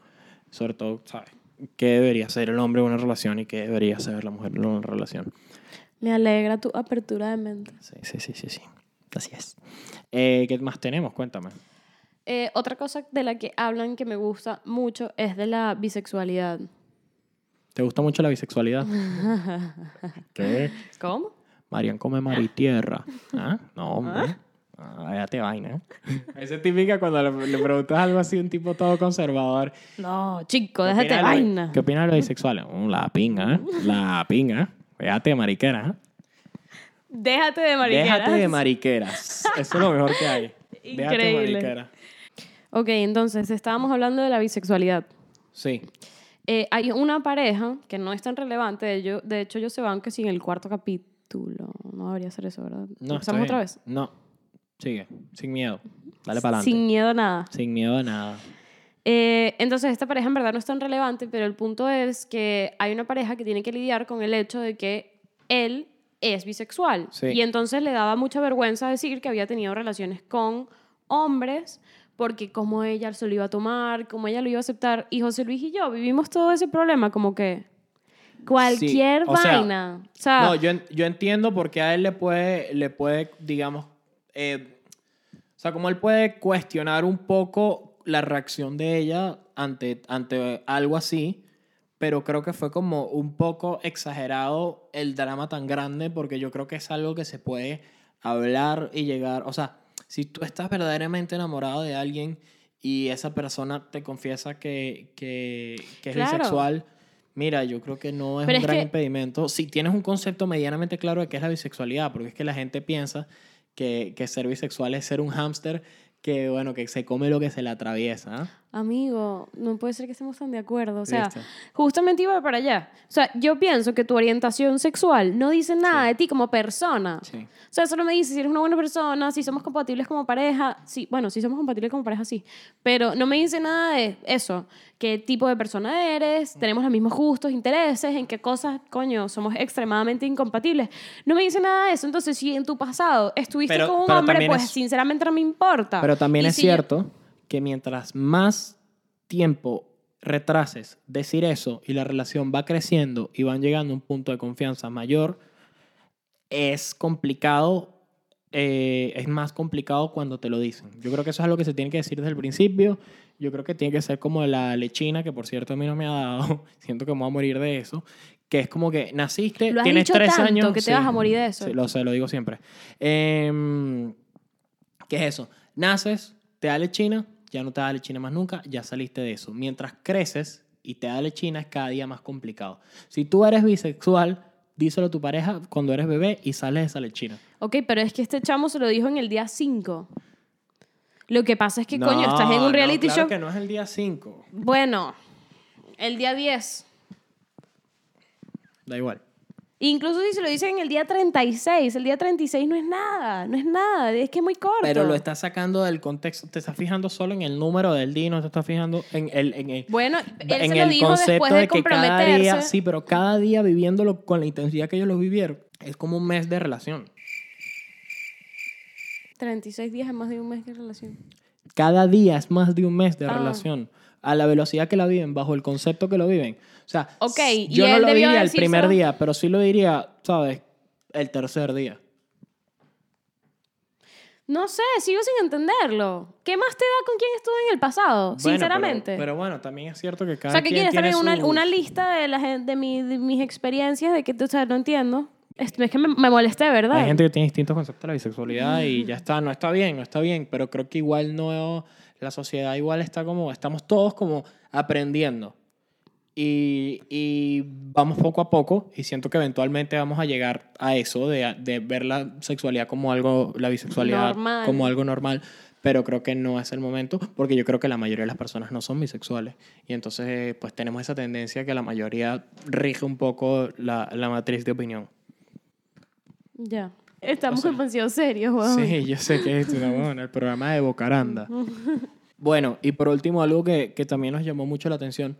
Speaker 2: Sobre todo, ¿sabes? ¿Qué debería ser el hombre en una relación y qué debería ser la mujer en una relación?
Speaker 1: Me alegra tu apertura de mente.
Speaker 2: Sí, sí, sí, sí, sí. Así es. Eh, ¿Qué más tenemos? Cuéntame.
Speaker 1: Eh, otra cosa de la que hablan que me gusta mucho es de la bisexualidad.
Speaker 2: ¿Te gusta mucho la bisexualidad? ¿Qué?
Speaker 1: ¿Cómo?
Speaker 2: Marian come mar y tierra. ¿Ah? No, hombre. Ah, ya te vaina. ¿eh? Esa es típica cuando le, le preguntas algo así a un tipo todo conservador.
Speaker 1: No, chico,
Speaker 2: ¿Qué
Speaker 1: déjate
Speaker 2: opinas de lo-
Speaker 1: vaina.
Speaker 2: ¿Qué opinas de los bisexuales? Mm, la pinga, ¿eh? La pinga. Déjate de mariqueras. ¿eh?
Speaker 1: Déjate de mariqueras.
Speaker 2: Déjate de mariqueras. Eso es lo mejor que hay. Déjate de
Speaker 1: Increíble.
Speaker 2: mariqueras.
Speaker 1: Ok, entonces estábamos hablando de la bisexualidad.
Speaker 2: Sí.
Speaker 1: Eh, hay una pareja que no es tan relevante, de, ello- de hecho ellos se van que sin el cuarto capítulo. No debería ser eso, ¿verdad?
Speaker 2: No, está
Speaker 1: Empezamos
Speaker 2: bien.
Speaker 1: otra vez.
Speaker 2: No. Sigue. Sin miedo. Dale para adelante.
Speaker 1: Sin miedo a nada.
Speaker 2: Sin miedo a nada.
Speaker 1: Eh, entonces, esta pareja en verdad no es tan relevante, pero el punto es que hay una pareja que tiene que lidiar con el hecho de que él es bisexual.
Speaker 2: Sí.
Speaker 1: Y entonces le daba mucha vergüenza decir que había tenido relaciones con hombres, porque cómo ella se lo iba a tomar, cómo ella lo iba a aceptar. Y José Luis y yo vivimos todo ese problema, como que cualquier
Speaker 2: o sea,
Speaker 1: vaina. O sea,
Speaker 2: No, yo, en- yo entiendo porque a él le puede, le puede digamos, eh, o sea, como él puede cuestionar un poco la reacción de ella ante, ante algo así, pero creo que fue como un poco exagerado el drama tan grande porque yo creo que es algo que se puede hablar y llegar, o sea, si tú estás verdaderamente enamorado de alguien y esa persona te confiesa que, que, que es
Speaker 1: Claro.
Speaker 2: bisexual, mira, yo creo que no es
Speaker 1: Pero
Speaker 2: un
Speaker 1: es
Speaker 2: gran
Speaker 1: que-
Speaker 2: impedimento. Si tienes un concepto medianamente claro de qué es la bisexualidad, porque es que la gente piensa que, que ser bisexual es ser un hámster que, bueno, que se come lo que se le atraviesa. ¿ah?
Speaker 1: Amigo, no puede ser que estemos tan de acuerdo. O sea,
Speaker 2: ¿Viste?
Speaker 1: justamente iba para allá. O sea, yo pienso que tu orientación sexual no dice nada de ti como persona.
Speaker 2: Sí.
Speaker 1: O sea, solo me dice si eres una buena persona, si somos compatibles como pareja. Sí, bueno, si somos compatibles como pareja, sí. Pero no me dice nada de eso. ¿Qué tipo de persona eres?
Speaker 2: Mm.
Speaker 1: ¿Tenemos los mismos gustos, intereses? ¿En qué cosas, coño, somos extremadamente incompatibles? No me dice nada de eso. Entonces, si en tu pasado estuviste
Speaker 2: Pero-
Speaker 1: con un
Speaker 2: pero
Speaker 1: hombre,
Speaker 2: también
Speaker 1: pues
Speaker 2: es-
Speaker 1: sinceramente no me importa.
Speaker 2: Pero también
Speaker 1: Ah. Y
Speaker 2: es
Speaker 1: si yo-
Speaker 2: cierto que mientras más tiempo retrases decir eso y la relación va creciendo y van llegando a un punto de confianza mayor, es complicado, eh, es más complicado cuando te lo dicen. Yo creo que eso es algo que se tiene que decir desde el principio. Yo creo que tiene que ser como la lechina, que por cierto a mí no me ha dado, [LAUGHS] siento que me voy a morir de eso, que es como que naciste,
Speaker 1: Lo has
Speaker 2: tienes
Speaker 1: dicho
Speaker 2: tres
Speaker 1: tanto
Speaker 2: años.
Speaker 1: que te vas a morir de eso.
Speaker 2: Sí, lo sé, lo digo siempre. Em, ¿Qué es eso? Naces, te da lechina, ya no te da lechina más nunca, ya saliste de eso. Mientras creces y te da lechina es cada día más complicado. Si tú eres bisexual, díselo a tu pareja cuando eres bebé y sales de esa lechina.
Speaker 1: Ok, pero es que este chamo se lo dijo en el día 5. Lo que pasa es que,
Speaker 2: No,
Speaker 1: coño, estás en un reality
Speaker 2: no, claro
Speaker 1: show.
Speaker 2: que no es el día 5.
Speaker 1: Bueno, el día 10.
Speaker 2: Da igual.
Speaker 1: Incluso si se lo dicen en el día 36, el día 36 no es nada, no es nada, es que es muy corto.
Speaker 2: Pero lo estás sacando del contexto, te estás fijando solo en el número del día y no te estás fijando en el, en el,
Speaker 1: Bueno, él
Speaker 2: en
Speaker 1: se lo
Speaker 2: el
Speaker 1: dijo después
Speaker 2: concepto
Speaker 1: de,
Speaker 2: de que cada
Speaker 1: comprometerse.
Speaker 2: día, sí, pero cada día viviéndolo con la intensidad que ellos lo vivieron, es como un mes de relación.
Speaker 1: 36 días es más de un mes de relación.
Speaker 2: Cada día es más de un mes de
Speaker 1: Ah.
Speaker 2: relación. A la velocidad que la viven, bajo el concepto que lo viven. O sea,
Speaker 1: Ok,
Speaker 2: s-
Speaker 1: y
Speaker 2: yo no
Speaker 1: él
Speaker 2: lo
Speaker 1: debió
Speaker 2: diría el
Speaker 1: decírselo.
Speaker 2: primer día, pero sí lo diría, ¿sabes? El tercer día.
Speaker 1: No sé, sigo sin entenderlo. ¿Qué más te da con quién estuvo en el pasado?
Speaker 2: Bueno, pero-
Speaker 1: sinceramente.
Speaker 2: Pero, bueno, también es cierto que
Speaker 1: o
Speaker 2: cada
Speaker 1: sea, que
Speaker 2: quien
Speaker 1: quieres
Speaker 2: tiene
Speaker 1: también una,
Speaker 2: sus-
Speaker 1: una lista de, la, gen- de, mi- de mis experiencias, de que, o sea, no entiendo. Es, es que me, me molesté, ¿verdad?
Speaker 2: Hay gente que tiene distintos conceptos de la bisexualidad y ya está, no está bien, no está bien, pero creo que igual no, la sociedad igual está como, estamos todos como aprendiendo. Y, y vamos poco a poco y siento que eventualmente vamos a llegar a eso de, de ver la sexualidad como algo, la bisexualidad
Speaker 1: Normal.
Speaker 2: como algo normal, pero creo que no es el momento porque yo creo que la mayoría de las personas no son bisexuales y entonces eh, pues tenemos esa tendencia que la mayoría rige un poco la, la matriz de opinión.
Speaker 1: Ya. Estamos
Speaker 2: O sea,
Speaker 1: demasiado serios, weón.
Speaker 2: Sí, yo sé que es una huevona, el programa de Bocaranda. Bueno, y por último, algo que, que también nos llamó mucho la atención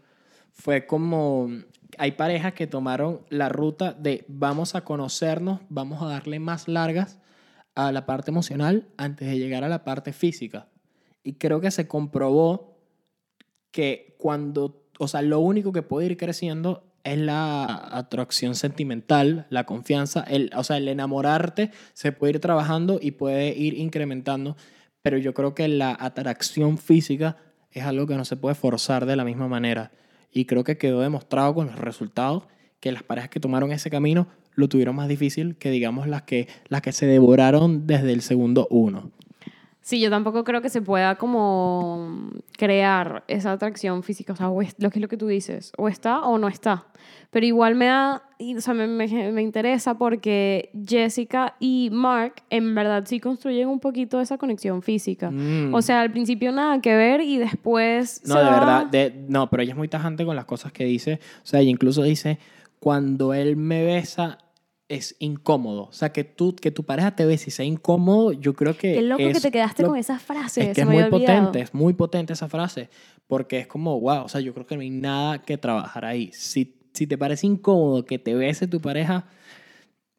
Speaker 2: fue como hay parejas que tomaron la ruta de vamos a conocernos, vamos a darle más largas a la parte emocional antes de llegar a la parte física. Y creo que se comprobó que cuando, o sea, lo único que puede ir creciendo es la atracción sentimental, la confianza, el, o sea, el enamorarte se puede ir trabajando y puede ir incrementando, pero yo creo que la atracción física es algo que no se puede forzar de la misma manera. Y creo que quedó demostrado con los resultados que las parejas que tomaron ese camino lo tuvieron más difícil que, digamos, las que, las que se devoraron desde el segundo uno.
Speaker 1: Sí, yo tampoco creo que se pueda como crear esa atracción física, o sea, o es- lo que es lo que tú dices, o está o no está. Pero igual me da, y, o sea, me, me- me interesa porque Jessica y Mark en verdad sí construyen un poquito esa conexión física.
Speaker 2: Mm.
Speaker 1: O sea, al principio nada que ver y después...
Speaker 2: No,
Speaker 1: se
Speaker 2: de
Speaker 1: va-
Speaker 2: verdad, de- no, pero ella es muy tajante con las cosas que dice. O sea, ella incluso dice, cuando él me besa es incómodo. O sea, que tú, que tu pareja te bese y sea incómodo, yo creo que...
Speaker 1: Qué loco que
Speaker 2: es
Speaker 1: te quedaste
Speaker 2: lo-
Speaker 1: con esa frase.
Speaker 2: Es que
Speaker 1: se
Speaker 2: es
Speaker 1: me
Speaker 2: muy
Speaker 1: había olvidado.
Speaker 2: potente, es muy potente esa frase, porque es como, wow, o sea, yo creo que no hay nada que trabajar ahí. Si, si te parece incómodo que te bese tu pareja,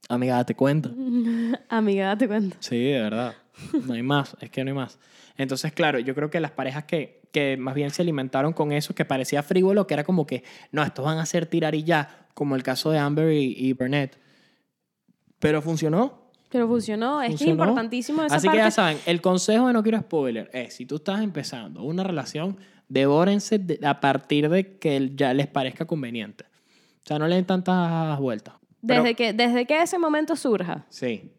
Speaker 2: amiga, date cuenta.
Speaker 1: [LAUGHS] Amiga, date cuenta.
Speaker 2: Sí, de verdad. No hay más, es que no hay más. Entonces, claro, yo creo que las parejas que, que más bien se alimentaron con eso, que parecía frívolo, que era como que, no, estos van a hacer tirar y ya, como el caso de Amber y, y Burnett. Pero funcionó.
Speaker 1: Pero funcionó, es que es
Speaker 2: Funcionó.
Speaker 1: importantísimo esa
Speaker 2: Así
Speaker 1: parte.
Speaker 2: que ya saben, el consejo de No Quiero Spoiler es, si tú estás empezando una relación, devórense de- a partir de que ya les parezca conveniente. O sea, no le den tantas vueltas. Pero-
Speaker 1: Desde, que, desde que ese momento surja.
Speaker 2: Sí.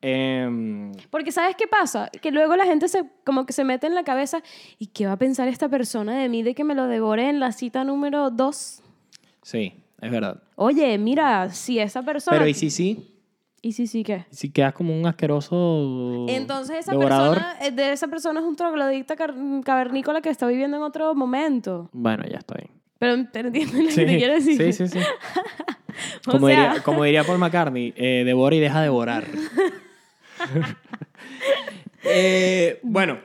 Speaker 2: Em,
Speaker 1: Porque ¿sabes qué pasa? Que luego la gente se, como que se mete en la cabeza, ¿y qué va a pensar esta persona de mí de que me lo devore en la cita número 2?
Speaker 2: sí, es verdad.
Speaker 1: Oye, mira, si esa persona...
Speaker 2: Pero y si sí,
Speaker 1: ¿Y si sí qué?
Speaker 2: si quedas como un asqueroso
Speaker 1: Entonces esa
Speaker 2: devorador.
Speaker 1: persona, eh, de esa persona es un troglodita car- cavernícola que está viviendo en otro momento.
Speaker 2: Bueno, ya está bien.
Speaker 1: Pero ¿te entienden lo que [LAUGHS] te quiero decir?
Speaker 2: sí, sí, sí.
Speaker 1: [LAUGHS] O
Speaker 2: Como,
Speaker 1: sea,
Speaker 2: diría, como diría Paul McCartney, eh, devora y
Speaker 1: [LAUGHS]
Speaker 2: deja devorar. Eh, bueno,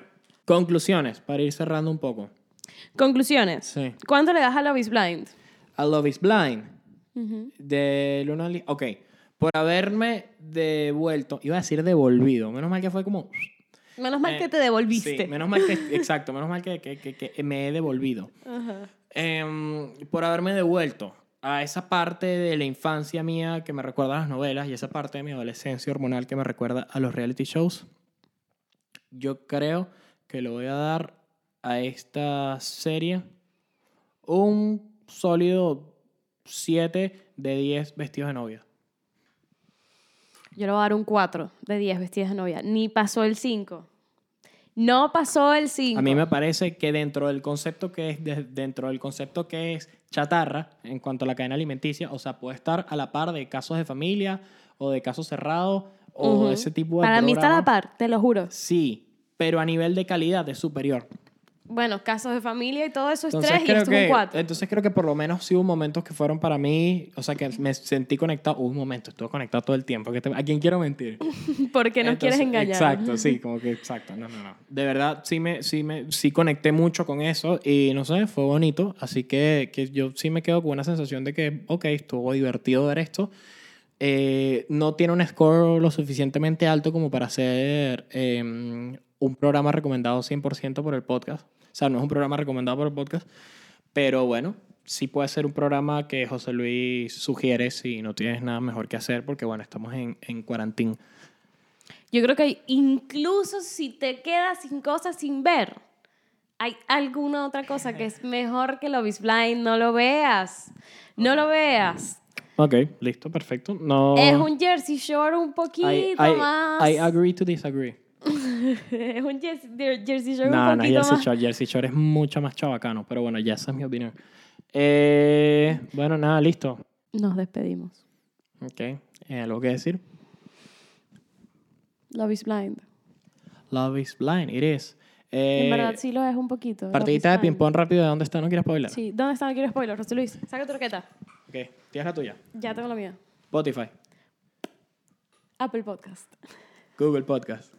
Speaker 2: conclusiones para ir cerrando un poco.
Speaker 1: conclusiones.
Speaker 2: Sí.
Speaker 1: ¿Cuánto le das a Love is Blind?
Speaker 2: A Love is Blind. De Luna Lee. Ok. Por haberme devuelto. Iba a decir devolvido. Menos mal que fue como.
Speaker 1: Menos mal
Speaker 2: Eh,
Speaker 1: que te devolviste.
Speaker 2: Sí, menos mal que. Exacto. Menos mal que, que- que- que me he devolvido. Em, por haberme devuelto a esa parte de la infancia mía que me recuerda a las novelas y esa parte de mi adolescencia hormonal que me recuerda a los reality shows. Yo creo que le voy a dar a esta serie un sólido 7 de 10 vestidos de novia.
Speaker 1: Yo le voy a dar un 4 de 10 vestidas de novia. Ni pasó el 5. No pasó el 5.
Speaker 2: A mí me parece que dentro del concepto que es de- dentro del concepto que es chatarra en cuanto a la cadena alimenticia, o sea, puede estar a la par de casos de familia o de casos cerrados o
Speaker 1: Ujú.
Speaker 2: de ese tipo de
Speaker 1: Para mí está a la
Speaker 2: programa.
Speaker 1: par, te lo juro.
Speaker 2: Sí, pero a nivel de calidad es superior.
Speaker 1: Bueno, casos de familia y todo eso es
Speaker 2: Entonces
Speaker 1: 3 y
Speaker 2: creo
Speaker 1: esto es
Speaker 2: que
Speaker 1: un 4.
Speaker 2: entonces creo que por lo menos sí hubo momentos que fueron para mí, o sea, que me sentí conectado, hubo un momento, estuve conectado todo el tiempo, que te- a quién quiero mentir.
Speaker 1: [LAUGHS] Porque nos
Speaker 2: eh, Entonces,
Speaker 1: quieres engañar. [LAUGHS]
Speaker 2: Exacto, sí, como que exacto. No, no, no. De verdad, sí me, sí me, sí conecté mucho con eso y no sé, fue bonito. Así que, que yo sí me quedo con una sensación de que, ok, estuvo divertido ver esto. Eh, no tiene un score lo suficientemente alto como para ser eh, un programa recomendado 100% por el podcast. O sea, no es un programa recomendado por el podcast, pero bueno, sí puede ser un programa que José Luis sugiere si no tienes nada mejor que hacer, porque bueno, estamos en, en cuarantín.
Speaker 1: Yo creo que incluso si te quedas sin cosas sin ver, hay alguna otra cosa que es mejor que Love is Blind. No lo veas. No lo veas.
Speaker 2: Ok, listo, perfecto. No.
Speaker 1: Es un Jersey Shore un poquito
Speaker 2: I, I-
Speaker 1: más.
Speaker 2: I agree to disagree.
Speaker 1: es un Jersey, Jersey Shore
Speaker 2: No,
Speaker 1: un
Speaker 2: no,
Speaker 1: poquito
Speaker 2: Jersey
Speaker 1: más.
Speaker 2: Shore, Jersey Shore es mucho más chabacano, pero bueno, ya esa es mi opinión. Eh, bueno, nada, listo.
Speaker 1: Nos despedimos.
Speaker 2: Ok, eh, ¿algo que decir?
Speaker 1: Love is Blind.
Speaker 2: Love is blind, it is. Eh,
Speaker 1: en verdad sí lo es un poquito. Love
Speaker 2: Partidita
Speaker 1: is
Speaker 2: de
Speaker 1: Blind.
Speaker 2: ping-pong rápido, ¿de dónde está? ¿No quieres bailar?
Speaker 1: Sí. ¿Dónde está? No quiero spoiler. José Luis, saca tu roqueta.
Speaker 2: Ok, tienes la tuya.
Speaker 1: Ya tengo la mía.
Speaker 2: Spotify,
Speaker 1: Apple Podcast. [LAUGHS]
Speaker 2: Google Podcast. [LAUGHS]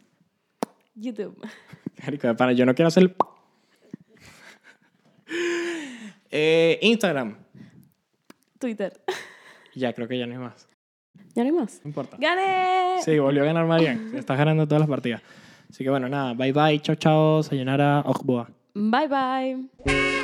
Speaker 1: YouTube. [LAUGHS]
Speaker 2: Marico, para, yo no quiero hacer el... [LAUGHS] Eh, Instagram.
Speaker 1: Twitter.
Speaker 2: Ya, creo que ya no hay más.
Speaker 1: ¿Ya no hay más?
Speaker 2: No importa.
Speaker 1: ¡Gané!
Speaker 2: Sí, volvió a ganar Marian. Estás ganando todas las partidas. Así que bueno, nada. Bye bye, chao, chao, sayonara, ojboa.
Speaker 1: Bye bye.